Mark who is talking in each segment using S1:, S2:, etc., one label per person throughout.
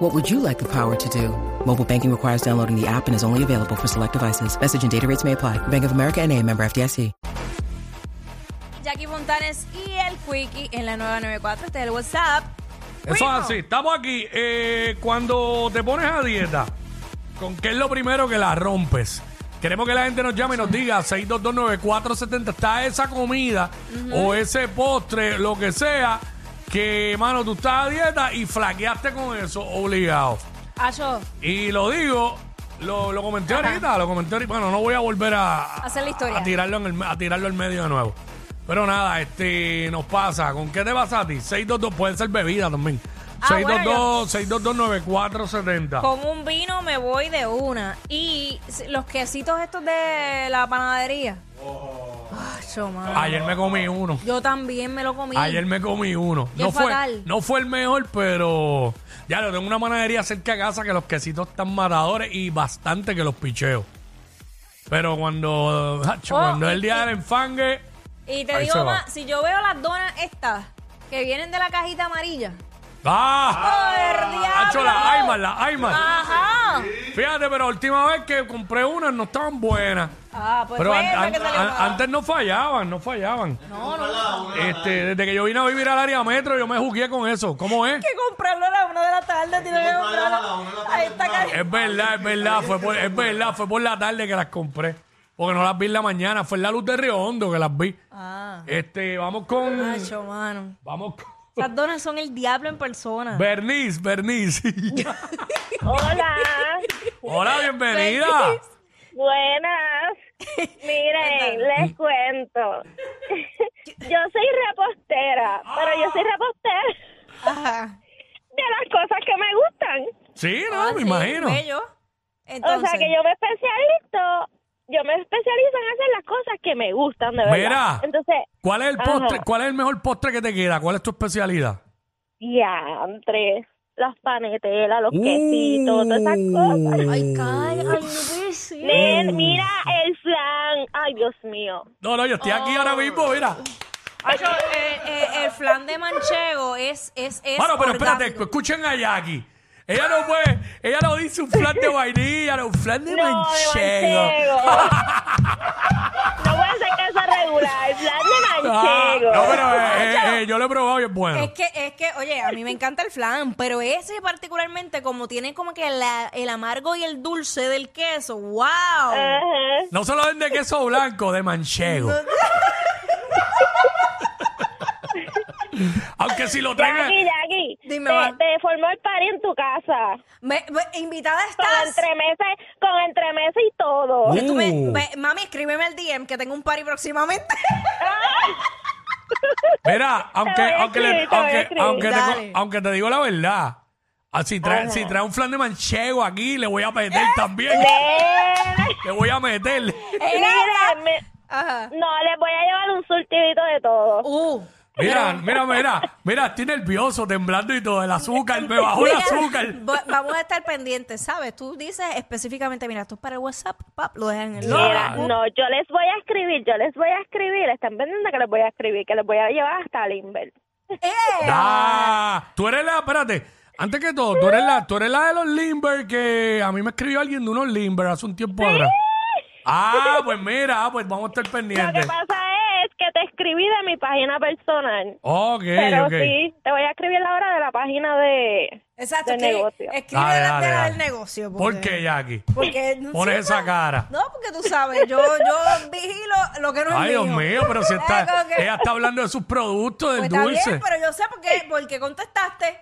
S1: What would you like the power to do? Mobile banking requires downloading the app and is only available for select devices. Message and data rates may apply. Bank of America and a member FDIC.
S2: Jackie Fontanes y el Quickie en la 994. Este es el WhatsApp.
S3: Eso es así, estamos aquí. Eh, cuando te pones a dieta, ¿con qué es lo primero que la rompes? Queremos que la gente nos llame y nos diga 6229470. Está esa comida o ese postre, lo que sea, que, mano, tú estás a dieta y flaqueaste con eso, obligado.
S2: Acho,
S3: Y lo digo, lo, lo comenté ahorita, lo comenté ahorita. Bueno, no voy a volver a,
S2: Hacer la historia.
S3: a tirarlo en el, me- a tirarlo al medio de nuevo. Pero nada, este nos pasa. ¿Con qué te pasa a ti? 622 puede ser bebida también.
S2: Ah,
S3: 622 6229470.
S2: con un vino me voy de una. Y s- los quesitos estos de la panadería. Acho, mano.
S3: Ayer me comí uno.
S2: Yo también me lo comí.
S3: Ayer me comí uno.
S2: Qué
S3: No fue,
S2: fatal.
S3: no fue el mejor, pero ya lo tengo una panadería cerca de casa que los quesitos están matadores y bastante que los picheo. Pero cuando, hacho,
S2: Oh,
S3: cuando es
S2: y-
S3: el día del enfangue,
S2: Y te
S3: Ahí se
S2: digo
S3: va.
S2: más, si yo veo las donas estas que vienen de la cajita amarilla.
S3: ¡Ah!
S2: ¡Por diablo!
S3: Hacho, las Aymar, las Aymar.
S2: Ajá.
S3: Fíjate, pero la última vez que compré unas no estaban buenas.
S2: Ah, pues
S3: pero
S2: fue
S3: an-
S2: esa
S3: an-
S2: que salió
S3: an-
S2: mal.
S3: antes no fallaban, no fallaban.
S2: No, no, no.
S3: Este, desde que yo vine a vivir al área metro, yo me jugué con eso. ¿Cómo es?
S2: Hay que comprarlo a la una de la tarde. Tiene que
S4: comprarlo a la
S2: comprarlo.
S4: una de la tarde
S2: Ahí está
S4: temprano.
S2: cari-
S3: Es verdad, es verdad, fue por, es verdad, fue por la tarde que las compré. Porque no las vi en la mañana, fue en la luz de Río Hondo que las vi.
S2: Ah,
S3: Este, vamos con.
S2: acho, mano.
S3: Vamos con.
S2: Esas donas son el diablo en persona.
S3: Bernice, Bernice.
S5: Hola,
S3: Hola, bienvenida.
S2: Bernice.
S5: buenas. Miren, les cuento. Yo soy repostera, pero yo soy repostera
S2: Ajá.
S5: de las cosas que me gustan.
S3: Sí, no,
S2: Ah,
S3: me
S2: sí,
S3: imagino.
S2: bello.
S5: O
S2: Entonces,
S5: sea que yo me especializo, yo me especializo en hacer las cosas que me gustan, de verdad.
S3: Mira.
S5: Entonces,
S3: ¿Cuál es el
S5: Ajá.
S3: postre? ¿Cuál es el mejor postre que te queda? ¿Cuál es tu especialidad?
S5: ya, entre las panetelas, los
S3: Uh.
S5: quesitos, todas esas cosas.
S2: Ay, cae, ay, no puede ser.
S5: Nen, mira el flan. Ay, Dios mío.
S3: No, no, yo estoy aquí ahora mismo, mira.
S2: Acho, eh, eh, el flan de manchego es, es, es.
S3: Bueno, pero espérate,
S2: orgánico.
S3: escuchen a Jackie. Ella no puede, ella no dice un flan de vainilla, no, un flan de
S5: No, de
S3: manchego.
S5: manchego. No voy a hacer casa regular, plan de
S3: Ah,
S5: manchego.
S3: no, pero eh, eh, eh, yo lo he probado y es bueno.
S2: Es que, es que, oye, a mí me encanta el flan, pero ese particularmente, como tiene como que la- el amargo y el dulce del queso, wow.
S5: Ajá.
S3: No se lo den de queso blanco, de manchego. Aunque si lo
S5: Jackie,
S3: traen...
S5: Jackie,
S2: Dime,
S5: te,
S2: ma.
S5: te formó el party en tu casa.
S2: Me- me- invitada
S5: Con
S2: estás.
S5: entremesa, con entremesa y todo.
S2: Tú me-
S3: Uh.
S2: ve- mami, escríbeme el DM que tengo un party próximamente.
S3: Mira, aunque,
S5: voy a
S3: aunque, le-
S5: escribir, te voy a
S3: aunque-
S5: escribir.
S3: aunque te,
S2: Dale.
S3: co- aunque te digo la verdad, ah, si trae, si trae un flan de manchego aquí, le voy a meter también.
S5: Nen,
S3: Le voy a meter.
S5: Eh, mira, me-
S2: Ajá.
S5: no, les voy a llevar un surtidito de todo.
S2: Uh.
S3: Mira, mira, mira, mira, estoy nervioso, temblando y todo. El azúcar, me bajó el
S2: Mira,
S3: azúcar.
S2: va- Vamos a estar pendientes, ¿sabes? Tú dices específicamente, mira, esto es para el WhatsApp, pap, lo dejan en el
S3: No.
S5: Mira, no, yo les voy a escribir, yo les voy a escribir. Están pendientes que les voy a escribir, que les voy a llevar hasta Limber.
S3: Ah, tú eres la, espérate, antes que todo, tú eres la, tú eres la de los Limber que a mí me escribió alguien de unos Limber hace un tiempo atrás. Ah, pues mira, pues vamos a estar
S5: Lo que
S3: pendientes.
S5: pasa es que te escribí de mi página personal.
S3: Ok,
S5: Pero
S3: ok.
S5: sí, te voy a escribir la hora de la página de...
S2: Exacto,
S5: Del
S2: escribe-
S5: negocio.
S2: escribe
S3: Dale,
S2: de la-
S3: dale,
S2: de la
S3: dale.
S2: del negocio.
S3: ¿Por qué, Jackie?
S2: Porque no
S3: Pones
S2: sé,
S3: esa
S2: pa-
S3: cara.
S2: No, porque tú sabes, yo, yo vigilo lo que no es
S3: Ay, Dios mío, pero si está,
S2: Ah, como que-
S3: ella está hablando de sus productos,
S2: Pues
S3: del
S2: está
S3: dulce.
S2: bien, pero yo sé por qué, por qué contestaste.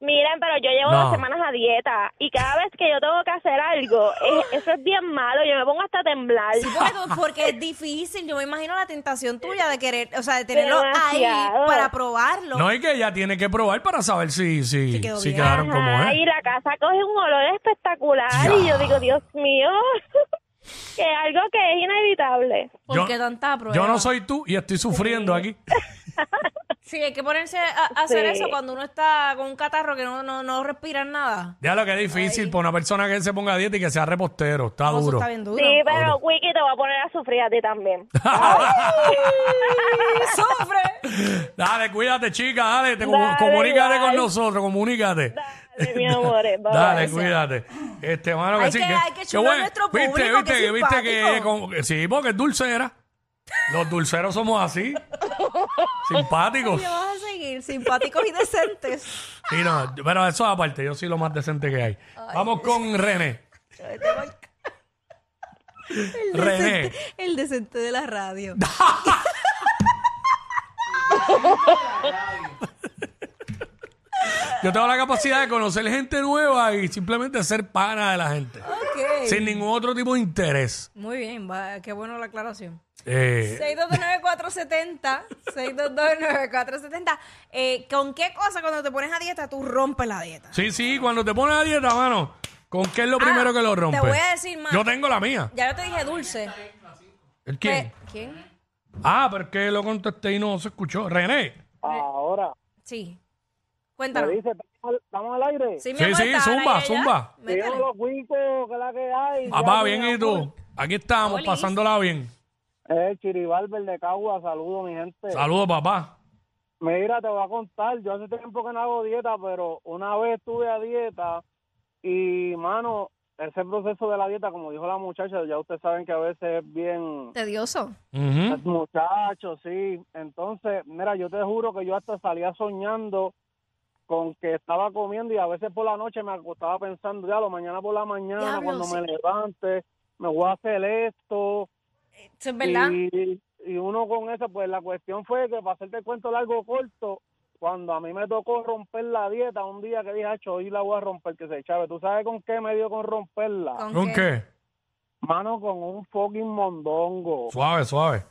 S5: Miren, pero yo llevo
S3: No.
S5: dos semanas a dieta y cada vez que yo tengo que hacer algo, es- eso es bien malo, yo me pongo hasta a temblar.
S2: Sí, pues. porque, tú- porque es difícil. Yo me imagino la tentación tuya de querer, o sea, de tenerlo ahí
S5: Demasiado.
S2: para probarlo.
S3: No, es que ella tiene que probar para saber si, si,
S2: quedó
S3: si
S2: bien.
S3: quedaron como
S5: Ajá,
S3: es.
S5: y la casa coge un olor espectacular y yo digo, Dios mío. que algo que es inevitable.
S2: ¿Por
S3: Yo-
S2: qué tanta prueba?
S3: Yo no soy tú y estoy sufriendo aquí.
S2: Sí, hay que ponerse a, a hacer
S5: Sí.
S2: eso cuando uno está con un catarro que no, no, no respira nada.
S3: Ya lo que es difícil para una persona que se ponga a dieta y que sea repostero. Está
S2: Eso
S3: duro.
S2: está bien duro. Pues
S5: Sí, pero Wiki te va a poner a sufrir a ti también.
S2: Sí, ¡Sufre!
S3: Dale, cuídate, chica, dale. Te comu-
S5: Dale,
S3: comunícate con
S5: bye.
S3: nosotros, comunícate.
S5: Dale, mi amor. bye,
S3: Dale,
S5: bye.
S3: cuídate. Este, mano,
S2: Hay
S3: sí,
S2: que- hay que
S3: qué
S2: chular nuestro
S3: Viste,
S2: público,
S3: viste,
S2: qué
S3: viste que,
S2: simpático.
S3: con- sí, porque es dulcera. Los dulceros somos así. simpáticos.
S2: ¿Qué vas a seguir? Simpáticos y decentes.
S3: Sí, no, pero eso aparte, yo soy lo más decente que hay. Vamos con René. René.
S2: El decente de la radio.
S3: Yo tengo la capacidad de conocer gente nueva y simplemente ser pana de la gente.
S2: Ok.
S3: Sin ningún otro tipo de interés.
S2: Muy bien, va, qué buena la aclaración.
S3: Eh,
S2: 6229470, 6229470. Eh, ¿Con qué cosa cuando te pones a dieta tú rompes la dieta?
S3: sí, sí, cuando te pones a dieta, mano, ¿con qué es lo primero que lo
S2: Ah, te
S3: rompe?
S2: voy a decir más.
S3: Yo tengo la mía.
S2: Ya yo te dije dulce.
S3: ¿El quién?
S2: Pues, ¿Quién?
S3: Ah, pero es que lo contesté y no se escuchó. René.
S4: Ahora,
S2: Sí.
S4: me
S2: Cuéntanos.
S4: dice, ¿estamos al- estamos al aire?
S2: Sí, mi
S3: Sí,
S2: amor,
S3: sí,
S2: está al
S3: zumba,
S2: aire ya.
S3: zumba.
S2: Métele.
S4: Digo, los guicos, que la que hay.
S3: Papá,
S4: Ya,
S3: bien
S4: mi
S3: y tú.
S4: amor.
S3: Aquí estamos,
S2: Olis.
S3: pasándola bien.
S4: Eh, Chiribalber de Cagua, saludo, mi gente.
S3: Saludos, papá.
S4: Mira, te voy a contar, yo hace tiempo que no hago dieta, pero una vez estuve a dieta y, mano, ese proceso de la dieta, como dijo la muchacha, ya ustedes saben que a veces es bien...
S2: Tedioso.
S3: Ujú.
S4: Muchachos, sí. Entonces, mira, yo te juro que yo hasta salía soñando con que estaba comiendo y a veces por la noche me acostaba pensando, ya lo mañana por la mañana,
S2: Diablo,
S4: cuando
S2: sí.
S4: me levante, me voy a hacer esto.
S2: Eso es verdad.
S4: Y, y uno con eso, pues la cuestión fue que para hacerte el cuento largo corto, cuando a mí me tocó romper la dieta, un día que dije, "Acho, hoy la voy a romper, que se chave. ¿Tú sabes con qué me dio con romperla?
S3: ¿Con qué?
S4: Mano, con un fucking mondongo.
S3: Suave, suave.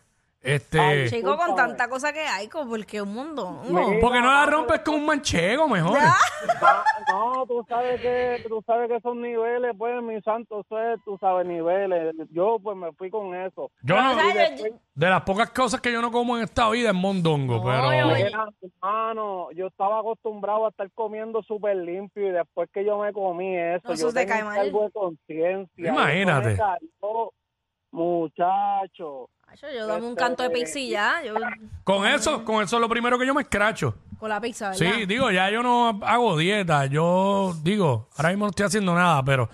S4: Ay,
S3: Este.
S4: sí.
S2: Chico, con tanta cosa que hay, co- porque un mundo.
S4: Me-
S3: Porque no la rompes con un manchego, mejor.
S4: Va- Ah, No, tú sabes que tú sabes que son niveles, pues mi santo eso es, tú sabes niveles. Yo pues me fui con eso.
S3: Yo no.
S2: Ay, yo- yo-
S3: De las pocas cosas que yo no como en esta vida es mondongo,
S2: No,
S3: pero.
S2: yo-
S4: Era, hermano, yo estaba acostumbrado a estar comiendo súper limpio y después que yo me comí eso,
S2: No, eso
S4: yo
S2: te cae
S4: tengo
S2: mal.
S4: algo de conciencia.
S3: Imagínate.
S4: Eso me cayó, muchacho.
S2: Ay, yo- yo dame un canto de pizza y ya. Yo,
S3: Con eso, con eso es lo primero que yo me escracho.
S2: con la pizza, ¿verdad?
S3: Sí, digo, ya yo no hago dieta. Yo digo, ahora mismo no estoy haciendo nada, pero.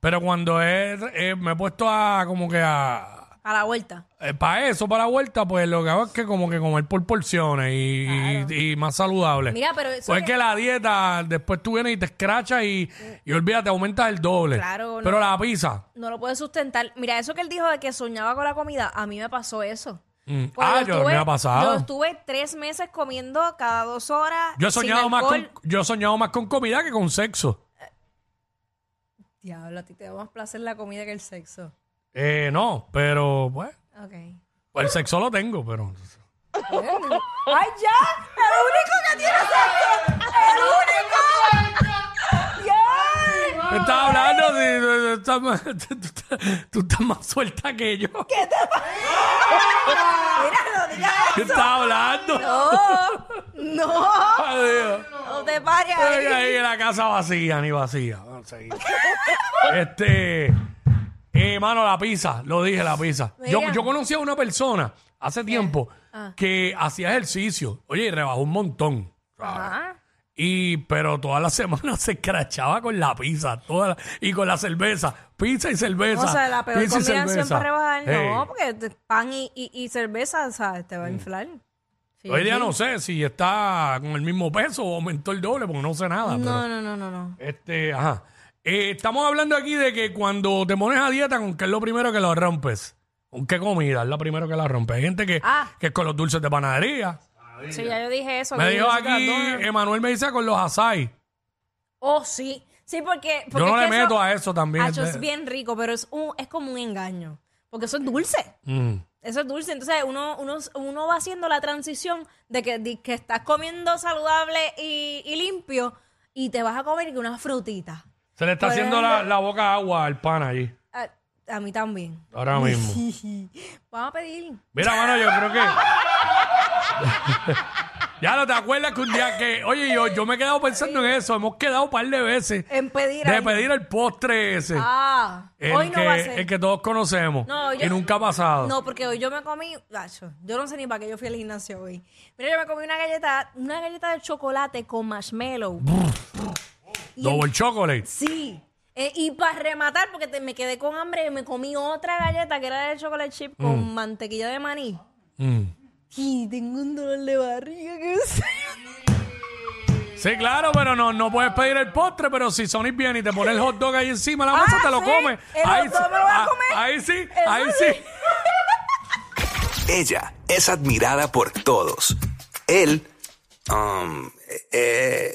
S3: Pero cuando es, eh, me he puesto a como que a,
S2: A la vuelta.
S3: para Eh, eso, para la vuelta, pues lo que hago es que como que comer por porciones y, y- y más saludable.
S2: Mira, pero eso
S3: Pues es
S2: que- Mm.
S3: que la dieta, después tú vienes y te escrachas y, y olvídate, aumentas el doble.
S2: Claro, no.
S3: Pero la pizza.
S2: No lo puedes sustentar. Mira, eso que él dijo de que soñaba con la comida, a mí me pasó eso.
S3: Mm.
S2: Cuando
S3: Ah, yo- me ha pasado.
S2: Yo estuve tres meses comiendo cada dos horas.
S3: Yo he
S2: sin
S3: soñado más con,
S2: alcohol.
S3: yo he soñado más con comida que con sexo.
S2: Diablo, a ti te da más placer la comida que el sexo.
S3: Eh, no, pero pues,
S2: Ok. ¡Ay,
S3: el sexo lo tengo, pero
S2: ya! ¡El único que tiene sexo! ¡El único! ¡Dios!
S3: Me estás hablando de- de- de- estás más- tú, estás- tú estás más suelta que yo. ¿Qué
S2: ¡Mira, no digas
S3: estás hablando?
S2: eso! ¡No!
S3: Adiós.
S2: ¡No te pares
S3: Ay,
S2: ahí!
S3: ahí en la casa vacía, ni vacía. Vamos a seguir. este, eh, mano, la pizza, lo dije, la pizza. Yo,
S2: Mira. Ah.
S3: yo conocí a una persona hace tiempo que hacía ejercicio. Oye, y rebajó un montón.
S2: Ajá.
S3: Y, pero todas las semanas se crachaba con la pizza toda la- y con la cerveza. Pizza y cerveza.
S2: O sea, la peor
S3: pizza y
S2: combinación
S3: cerveza.
S2: para rebajar,
S3: Hey.
S2: no, porque te- pan y, y, y cerveza, o sea, te va a inflar. Sí,
S3: Hoy día
S2: sí.
S3: no sé si está con el mismo peso o aumentó el doble, porque no sé nada. pero-
S2: No, no, no, no, no.
S3: Este, ajá. Eh, estamos hablando aquí de que cuando te pones a dieta, ¿con qué es lo primero que lo rompes? ¿Con qué comida es lo primero que la rompes? Hay gente que,
S2: Ah.
S3: que es con los dulces de panadería.
S2: Sí, ya yo dije eso.
S3: Me
S2: que
S3: dijo
S2: yo soy
S3: aquí, eh,
S2: grandona.
S3: Emanuel me dice con los asai.
S2: Oh, sí. Sí, porque.
S3: Yo
S2: porque
S3: no
S2: es
S3: le
S2: que
S3: meto a eso también.
S2: Hacho,
S3: Eh,
S2: es bien rico, pero es, un, es como un engaño. Porque eso es dulce.
S3: mm.
S2: Eso es dulce. Entonces, uno, uno, uno va haciendo la transición de que, de que estás comiendo saludable y, y limpio y te vas a comer que una frutita.
S3: Se le está
S2: Por
S3: haciendo la, la boca agua al pan allí.
S2: Ah, A mí también.
S3: Ahora mismo.
S2: Vamos a pedir.
S3: Mira, mano, yo creo que. ya no te acuerdas que un día que. Oye, yo, yo me he quedado pensando en eso. Hemos quedado un par de veces
S2: En pedir.
S3: de
S2: ahí.
S3: pedir el postre ese.
S2: Eh, Ah,
S3: el
S2: hoy
S3: que,
S2: no va a ser.
S3: El que todos conocemos.
S2: No, yo-
S3: y nunca ha pasado.
S2: No, porque hoy yo me comí, gacho, yo no sé ni para qué yo fui al gimnasio hoy. Mira, yo me comí una galleta, una galleta de chocolate con marshmallow. Y en-
S3: Double chocolate.
S2: sí. Eh, y para rematar, porque te- me quedé con hambre, me comí otra galleta que era de chocolate chip con mantequilla de maní.
S3: Mm.
S2: Y tengo un dolor de barriga que
S3: Sí, claro, pero no, no puedes pedir el postre, pero si Sony viene y te pone el hot dog ahí encima de la
S2: Ah,
S3: mesa, te lo
S2: sí,
S3: comes.
S2: el
S3: ahí,
S2: hot dog me lo voy a
S3: ah,
S2: comer.
S3: ahí sí,
S2: Eso
S3: ahí
S2: sí.
S3: sí.
S6: Ella es admirada por todos. Él, um, eh,